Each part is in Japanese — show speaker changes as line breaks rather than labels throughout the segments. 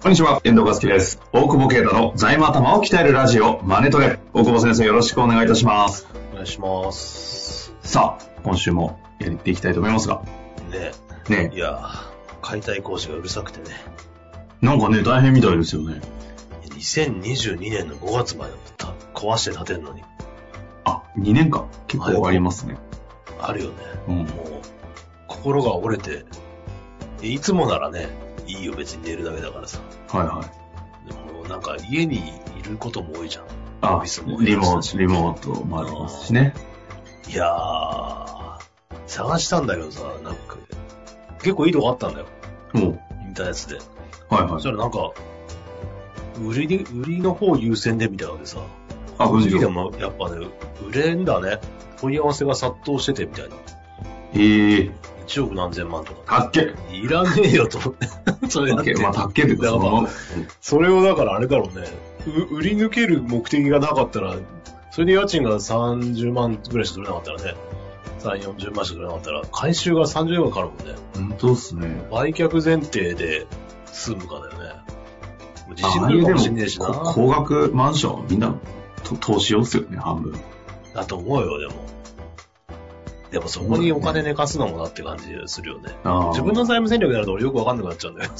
こんにちは、遠藤和樹です。大久保啓太の財務頭を鍛えるラジオ、マネトレ。大久保先生、よろしくお願いいたします。
お願いします。
さあ、今週もやっていきたいと思いますが、
ね
ね
いやー、解体工事がうるさくてね。
なんかね、大変みたいですよね。
2022年の5月までた壊して建てるのに、
あ、2年間、結構ありますね。
あるよね。
うん
もう、心が折れて、いつもならね、いいよ別に寝るだけだからさ。
はいはい。
でもなんか家にいることも多いじゃん。
あ
オフィスも、
リモート、リモートもありますしね。
いやー、探したんだけどさ、なんか、結構いいとこあったんだよ。
もう、
インターネットで。
はい
そ
は
し
い。
たらなんか、売りで、売りの方優先でみたいなのでさ。
あ、
個
文
人で
章。
もやっぱね、売れんだね。問い合わせが殺到しててみたいな。
ええー、
1億何千万とか。
たっけ。
いらねえよと思って。 それ
た
だ
っ
っ
け
て。
まあ、たっけっていうか、
だ
そ
から
の、
それをだからあれだろうね。う売り抜ける目的がなかったら、それで家賃が30万ぐらいしか取れなかったらね。3、40万しか取れなかったら、回収が30万かかるもんね。
本当っすね。
売却前提で住むかだよね。もう自信
あ
あ
あい
る
う
か
で
もしんねえし
も、こ
な。
高額マンション、みんな、と投資用っすよね、半分。
だと思うよ、でも。でもそこにお金寝かすのもなって感じするよね。
あー
自分の財務戦略になると俺よくわかんなくなっちゃうんだ よ。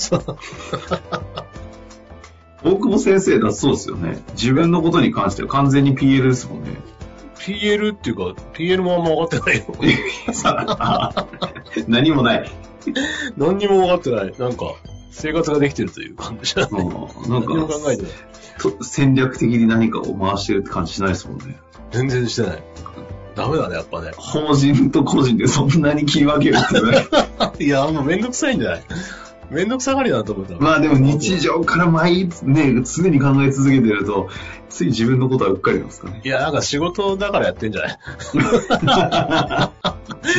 大久保先生だそうですよね。自分のことに関しては完全に PL ですもんね。
PL っていうか、PL もあんま分かってないよ。
何もない。
何にも分かってない。なんか、生活ができてるという感じじゃない。
うんなん
何も
か
考えてない。
と戦略的に何かを回してるって感じしないですもんね。。
全然してない。ダメだね、やっぱね
法人と個人でそんなに切り分けるってね。
いや、もうめんどくさいんじゃないめんどくさがりだなと思った。
まあでも日常から毎日ね、常に考え続けてると、つい自分のことはうっかりなんですかね。
いや、なんか仕事だからやってんじ ゃない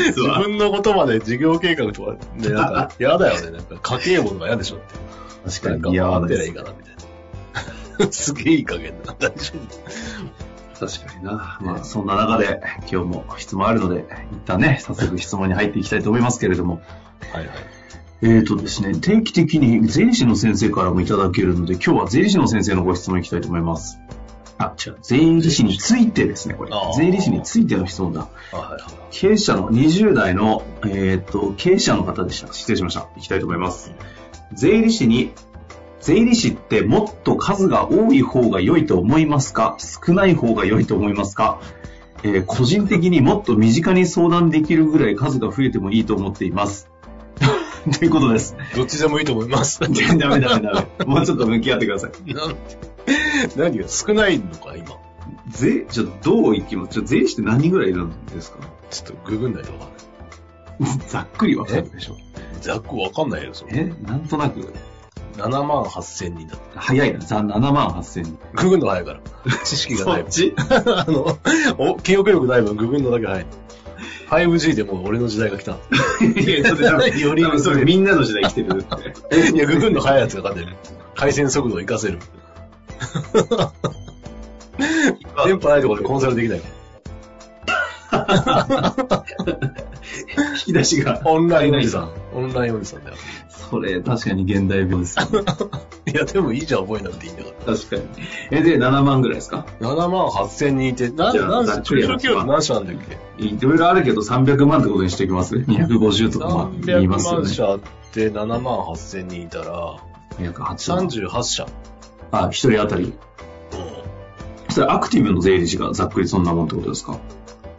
自
は
分のことまで事業計画とか、ね、なん か嫌だよね。なんか家計簿とか嫌でしょって。
確
なんか
似合わ
回
ない
って
で
りゃい
す
い。かな、みたいな。 すげえいい加減だな、大丈夫。
確かにな。まあそんな中で今日も質問あるので、一旦ね、早速質問に入っていきたいと思いますけれども。
はいはい。
えーとですね、定期的に税理士の先生からもいただけるので、今日は税理士の先生のご質問いきたいと思います。あ、違う、税理士についてですね、これ
あー。
税理士についての質問だ。
はいはいはい。
経営者の、20代の、えーと、経営者の方でした。失礼しました。いきたいと思います。税理士に、税理士ってもっと数が多い方が良いと思いますか少ない方が良いと思いますかえー個人的にもっと身近に相談できるぐらい数が増えてもいいと思っています。 ということです。
どっちでもいいと思います。
いや ダメダメダメ。もうちょっと向き合ってください。
なん何が少ないのか、今。
税、じゃあどういきますじゃあ税理士って何人ぐらいいるんですか
ちょっとググんないとわかんない。
ざっくりわかるでしょ。
ざっくわかんないよ、その。
えなんとなく、
7万8千人だって。
早いな。ざ7万8千人。
ググんの早いから。知識が
そ
ない
っ
分。
ち
あの、お記憶力ない分、ググんのだけ早い。5G でもう俺の時代が来た。
いや、それ多分、
より
多分 それみんなの時代来てるって。
いや、ググんの早いやつが勝てる。回線速度を活かせる。電波ないところでコンサルできない。
引き出しが。
オンラインおじさん。オンラインおじさんだよ。
それ、確かに現代病ですよね。
いや、でもいいじゃん、覚えなくていいんだから。
確かに。え、で、7万ぐらいですか
7万8千人いて、な
じゃあ
ん、
ざ
なん
っ
し、
くり
中
やります
小企業って何社なんだっけ
いろいろあるけど300万ってことにしておきます。250とかまあ言い
300
ますよ
万
ね。
社あって7万8千人いたら、
約8万。
38社。
あ、1人当たり。それアクティブの税理士がざっくりそんなもんってことですか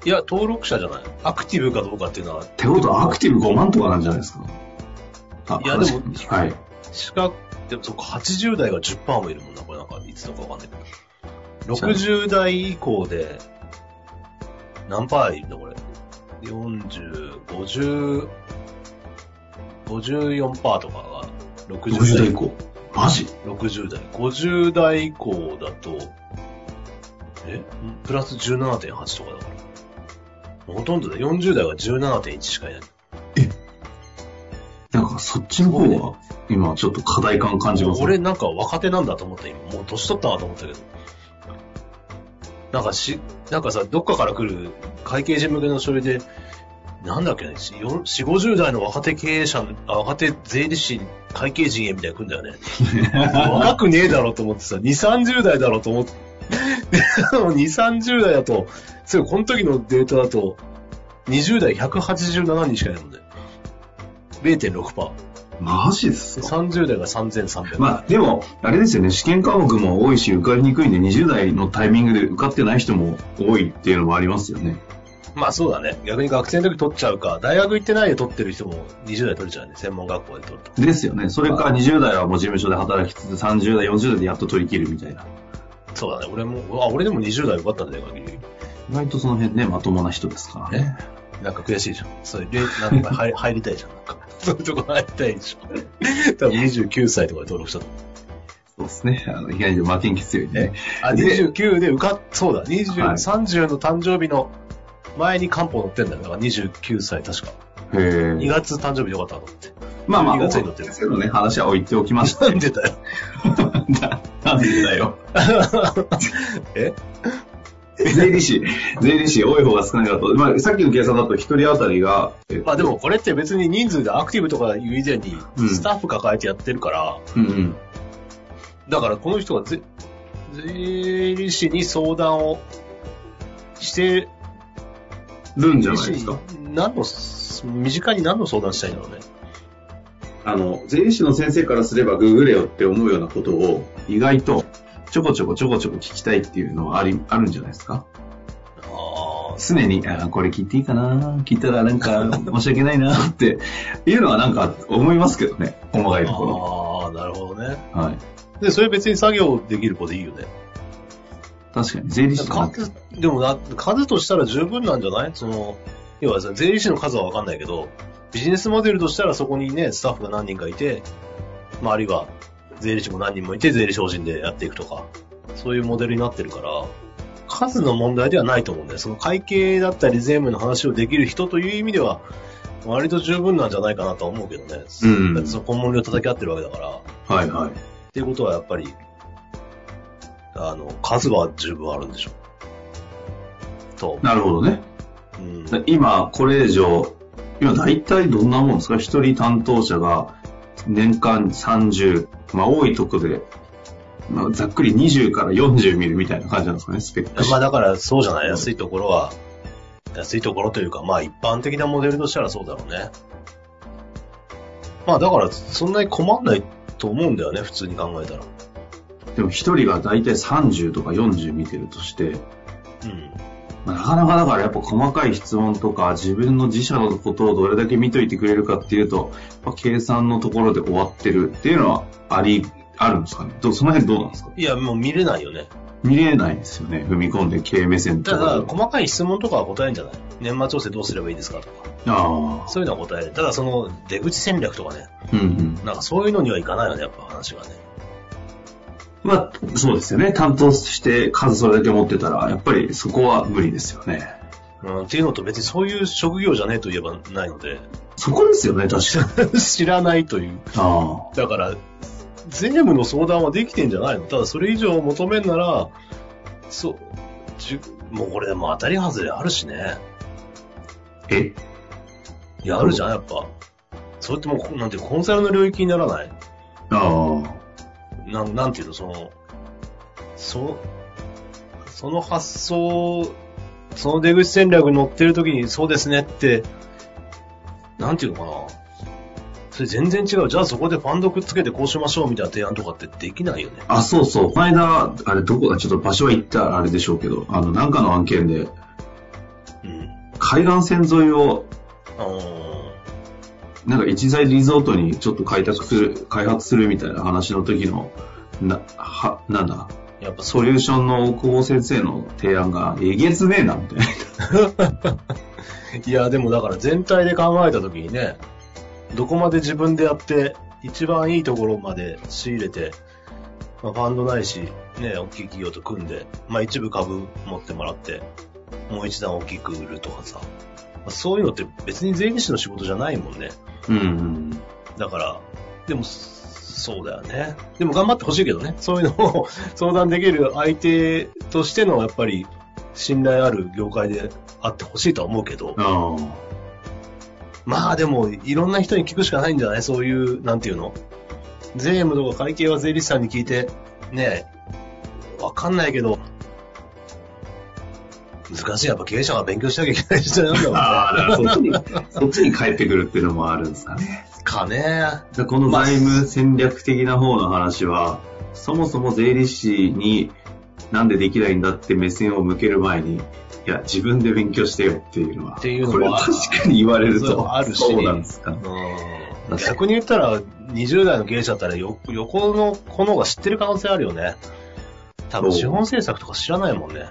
いや、登録者じゃない。アクティブかどうかっていうのは、
ってことはアクティブ5万とかなんじゃないですかあ
いやでも
話はい。
資格って、そっか、80代が10%もいるもんな、これなんか、いつのかわかんないけど。60代以降で、何パーいるんだ、これ。40 50、54%とかが
60
60
代
代
以降。マジ
60代。50代以降だと、えプラス17.8とかだから。ほとんどだ。40代は17.1しかいない。
なんかそっちの方
すごい
が今ちょっと課題感感じますね。
俺なんか若手なんだと思った今。もう年取ったわと思ったけど。なんかし、なんかさ、どっかから来る会計事務系の書類で、なんだっけね、しよ四五十代の若手経営者、あ若手税理士会計人へみたいなの来るんだ よね。若くねえだろうと思ってさ、二三十代だろうと思って、 でも二三十代だと、そうこの時のデータだと、二十代187人しかいないもんね。0.6%。
マジっすか
30代が3300。
まあでも、あれですよね、試験科目も多いし受かりにくいんで20代のタイミングで受かってない人も多いっていうのもありますよね。
まあそうだね。逆に学生の時取っちゃうか、大学行ってないで取ってる人も20代取れちゃうね。専門学校で取ると。
ですよね。それから20代はもう事務所で働きつつ30代、40代でやっと取り切るみたいな。
そうだね。俺も、あ、俺でも20代よかったんだよ、限り。
意外とその辺ね、まともな人ですからね。
なんか悔しいじゃん。そういう、れな んか入入りたいじゃん。なんか、そういうとこ入りたいでしょ。多分29歳とかで登録したと思う
そうですね。あの、意外と負けん気強いね。
あ、
で
29で受かっ、そうだ、20、
はい
30の誕生日の前に漢方乗ってんだよ。だから29歳確か。
へ
2
え。
月誕生日でよかったと思 って。
まあまあ、先
二月に乗ってる
生のね、話は置いておきました
なんでだよ。
なんでだよ。
え
税理士、税理士多い方が少ないかと。まあ、さっきの計算だと一人当たりが、えっと
まあでもこれって別に人数でアクティブとかいう以前に
うん
スタッフ抱えてやってるから、
うんうん。
だからこの人がぜ税理士に相談をして、
るんじゃないですか。
何の、身近に何の相談したいんだろうね。
あの、税理士の先生からすればググれよって思うようなことを、意外と、ちょこちょこちょこちょこ聞きたいっていうのはあり、あるんじゃないですか。
あ
常に、あーこれ聞いていいかな聞いたらなんか、申し訳ないなって、いうのはなんか思いますけどね。細かい
ー
ところ。
あー、なるほどね。
はい。
で、それ別に作業できる子でいいよね。
確かに、税理士じゃなくて
数、でもな、数としたら十分なんじゃないその、要はさ税理士の数はわかんないけど、ビジネスモデルとしたらそこにね、スタッフが何人かいて、まあ、あるいは、税理士も何人もいて、税理士法人でやっていくとか、そういうモデルになってるから、数の問題ではないと思うんだよ。その会計だったり税務の話をできる人という意味では、割と十分なんじゃないかなとは思うけどね。
うん
だってその本物を叩き合ってるわけだから。
はいはい。
っていうことはやっぱり、あの、数は十分あるんでしょう。と。
なるほどね。
うん。
今、これ以上、今大体どんなもんですか一人担当者が年間30、まあ多いとこで、まあざっくり20から40ミリみたいな感じなんですかね、スペック。
まあだからそうじゃない。安いところは、安いところというか、まあ一般的なモデルとしたらそうだろうね。まあだから、そんなに困んないと思うんだよね、普通に考えたら。
でも一人が大体30とか40見てるとして、
うん。
まあなかなかだからやっぱ細かい質問とか自分の自社のことをどれだけ見といてくれるかっていうと、まあ計算のところで終わってるっていうのはあり、あるんですかねどその辺どうなんですか
いや、もう見れないよね。
見れないですよね。踏み込んで経営目線と
た
かで。
だ、細かい質問とかは答えるんじゃない年末調整どうすればいいですかとか。
ああ。
そういうのは答える。ただ、その、出口戦略とかね。
うんうん。
なんかそういうのにはいかないよね、やっぱ話がね。
まあ、そうですよね。担当して数それだけ持ってたら、やっぱりそこは無理ですよね。
うん、っていうのと別にそういう職業じゃねえと言えばないので、
そこですよね、確かに。
知らないという。
あ
だから、税務の相談はできてんじゃないのただそれ以上求めんなら、そう、じゅもうこれでも当たり外れあるしね。
あ。え
いや、あるじゃん、やっぱ。それってもうこ、なんていうのコンサルの領域にならない
ああ。
なん、なんていうの、その、そ、その発想、その出口戦略に乗ってる時に、そうですねって、なんていうのかな。それ全然違う。じゃあそこでファンドくっつけてこうしましょうみたいな提案とかってできないよね。
あ、そうそう。この間、あれ、どこだ、ちょっと場所は行ったらあれでしょうけど、あの、なんかの案件で、
うん。
海岸線沿いを、
あの
なんか一大リゾートにちょっと開拓する、開発するみたいな話の時の、な、は、なんだ、
ー、やっぱそ
ソ
うい
リ
う、
ューションの大久保先生の提案が、えげつねえな、みたいな。
いや、でもだから全体で考えたときにね、どこまで自分でやって、一番いいところまで仕入れて、まあ、ファンドないし、ね、大きい企業と組んで、まあ一部株持ってもらって、もう一段大きく売るとかさ、まあそういうのって別に税理士の仕事じゃないもんね。
うんうん。
だから、でも、そうだよね。でも頑張ってほしいけどね。そういうのを 相談できる相手としての、やっぱり、信頼ある業界であってほしいとは思うけど、
ああ。
まあでも、いろんな人に聞くしかないんじゃないそういう、なんていうの税務とか会計は税理士さんに聞いて、ねえ、わかんないけど、難しい。やっぱ経営者は勉強しなきゃいけない時代なんだも ん
ああ、
ね。
だからそっちに、そっちに帰ってくるっていうのもあるんですかね。
かね
でこの財務戦略的な方の話は、そもそも税理士になんでできないんだって目線を向ける前に、いや、自分で勉強してよっていうのは、
っていうのは
これは確かに言われる
そう
と、
あるし
そうなんですかね。確
う
か
ん
に
逆に言ったら、20代の経営者だったらよ、横の子の方が知ってる可能性あるよね。多分、
そう
資本政策とか知らないもんね。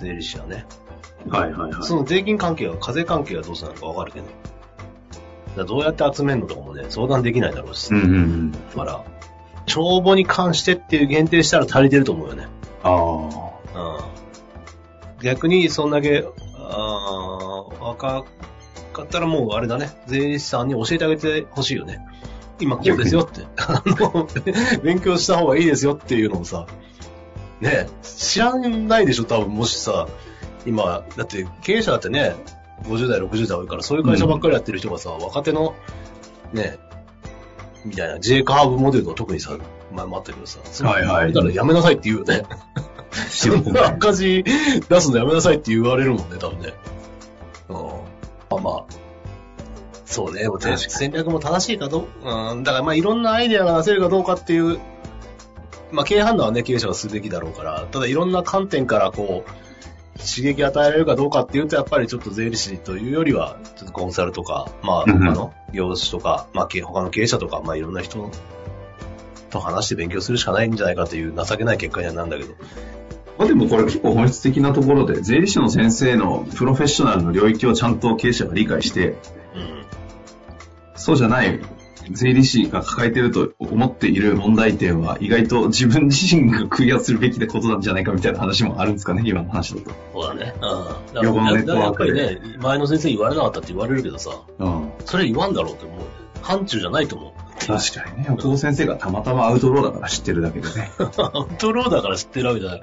税理士はね。
はいはいはい。
その税金関係は、課税関係はどうするのかわかるけど。だからどうやって集めるのとかもね、相談できないだろうし。
うんうんうん。
だから、帳簿に関してっていう限定したら足りてると思うよね。
あ
うん。逆に、そんだけ、あー若かったらもうあれだね、税理士さんに教えてあげてほしいよね。今こうですよって。 あの、勉強した方がいいですよっていうのをさ、ねえ知らないでしょ、多分もしさ、今、だって経営者だってね、50代、60代多いから、そういう会社ばっかりやってる人がさ、若手の、ねえみたいな、J カーブモデルの特にさ、前もあったけどさ、
はいはい
だからやめなさいって言うよね。
あ。仕
そん
事
な
ね
赤字出すのやめなさいって言われるもんね、多分ね。うん。まあまあ。そうね、でも
確かに
戦略も正しいかどう、うん、だからまあいろんなアイデアが出せるかどうかっていう、まあ経営判断はね、経営者がすべきだろうから、ただいろんな観点からこう、刺激与えられるかどうかっていうと、やっぱりちょっと税理士というよりは、ちょっとコンサルとか、まあ
うん
他の業種とか、まあ経他の経営者とか、まあいろんな人と話して勉強するしかないんじゃないかという情けない結果にはなるんだけど。
まあでもこれ結構本質的なところで、税理士の先生のプロフェッショナルの領域をちゃんと経営者が理解して、
うん。
そうじゃない税理士が抱えていると思っている問題点は意外と自分自身がクリアするべきなことなんじゃないかみたいな話もあるんですかね、今の話だと。
そうだね。うん。だ
予防ネ
か
ット
らや
ワー
っぱ
ク
り
で
ね、前の先生言われなかったって言われるけどさ、
うん、
それ言わんだろうって思う。範疇じゃないと思う。
確かにね、横尾先生がたまたまアウトローだから知ってるだけで ね。
アウトローだから知ってるわけじゃない。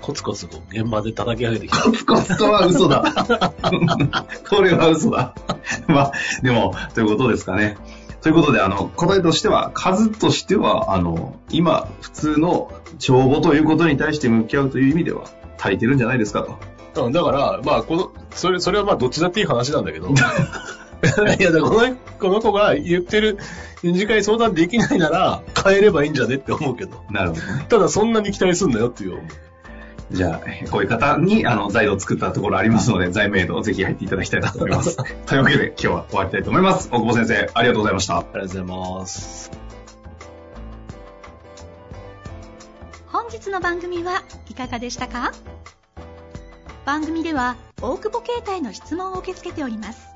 コツコツこう現場で叩き上げてきた。
コツコツとは嘘だ。これは嘘だ。 まあ、でも、ということですかね。ということで、あの、答えとしては、数としては、あの、今、普通の帳簿ということに対して向き合うという意味では、足りてるんじゃないですかと。
うん、だから、まあ、この、それ、それはまあ、どっちだっていい話なんだけ ど。いや、だからこの、この子が言ってる、次回相談できないなら、変えればいいんじゃねって思うけど。
なるほどね。
ただ、そんなに期待すんなよっていう思う。
じゃあ、こういう方に、あの、財度を作ったところありますので、財名度をぜひ入っていただきたいなと思います。というわけで、今日は終わりたいと思います。大久保先生、ありがとうございました。
ありがとうございます。
本日の番組はいかがでしたか番組では大久保携帯の質問を受け付けております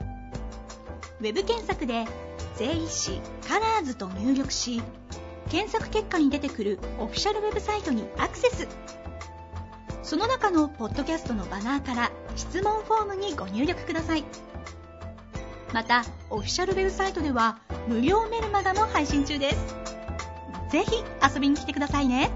ウェブ検索で「税理士カラーズと入力し検索結果に出てくるオフィシャルウェブサイトにアクセスその中のポッドキャストのバナーから質問フォームにご入力くださいまたオフィシャルウェブサイトでは無料メルマガも配信中ですぜひ遊びに来てくださいね